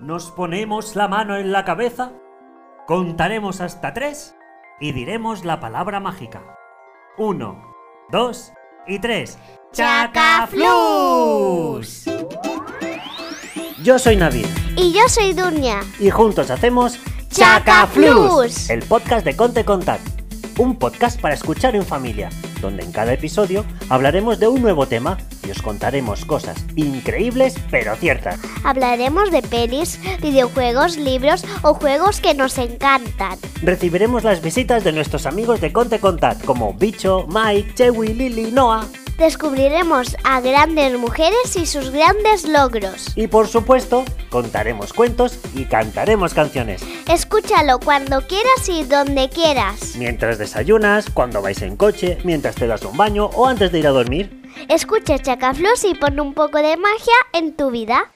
nos ponemos la mano en la cabeza, contaremos hasta tres y diremos la palabra mágica. Uno, dos y tres. ¡Chacaflús! Yo soy Navid Y yo soy Dunia. y juntos hacemos ¡Chacaflús! el podcast de Conte Contact, un podcast para escuchar en familia, donde en cada episodio hablaremos de un nuevo tema y os contaremos cosas increíbles pero ciertas. Hablaremos de pelis, videojuegos, libros o juegos que nos encantan. Recibiremos las visitas de nuestros amigos de Conte Contact como Bicho, Mike, Chewy, Lily, Noah Descubriremos a grandes mujeres y sus grandes logros. y por supuesto contaremos cuentos y cantaremos canciones. Escúchalo cuando quieras y donde quieras. Mientras desayunas, cuando vais en coche, mientras te das un baño o antes de ir a dormir. Escucha Chacaflus y pon un poco de magia en tu vida.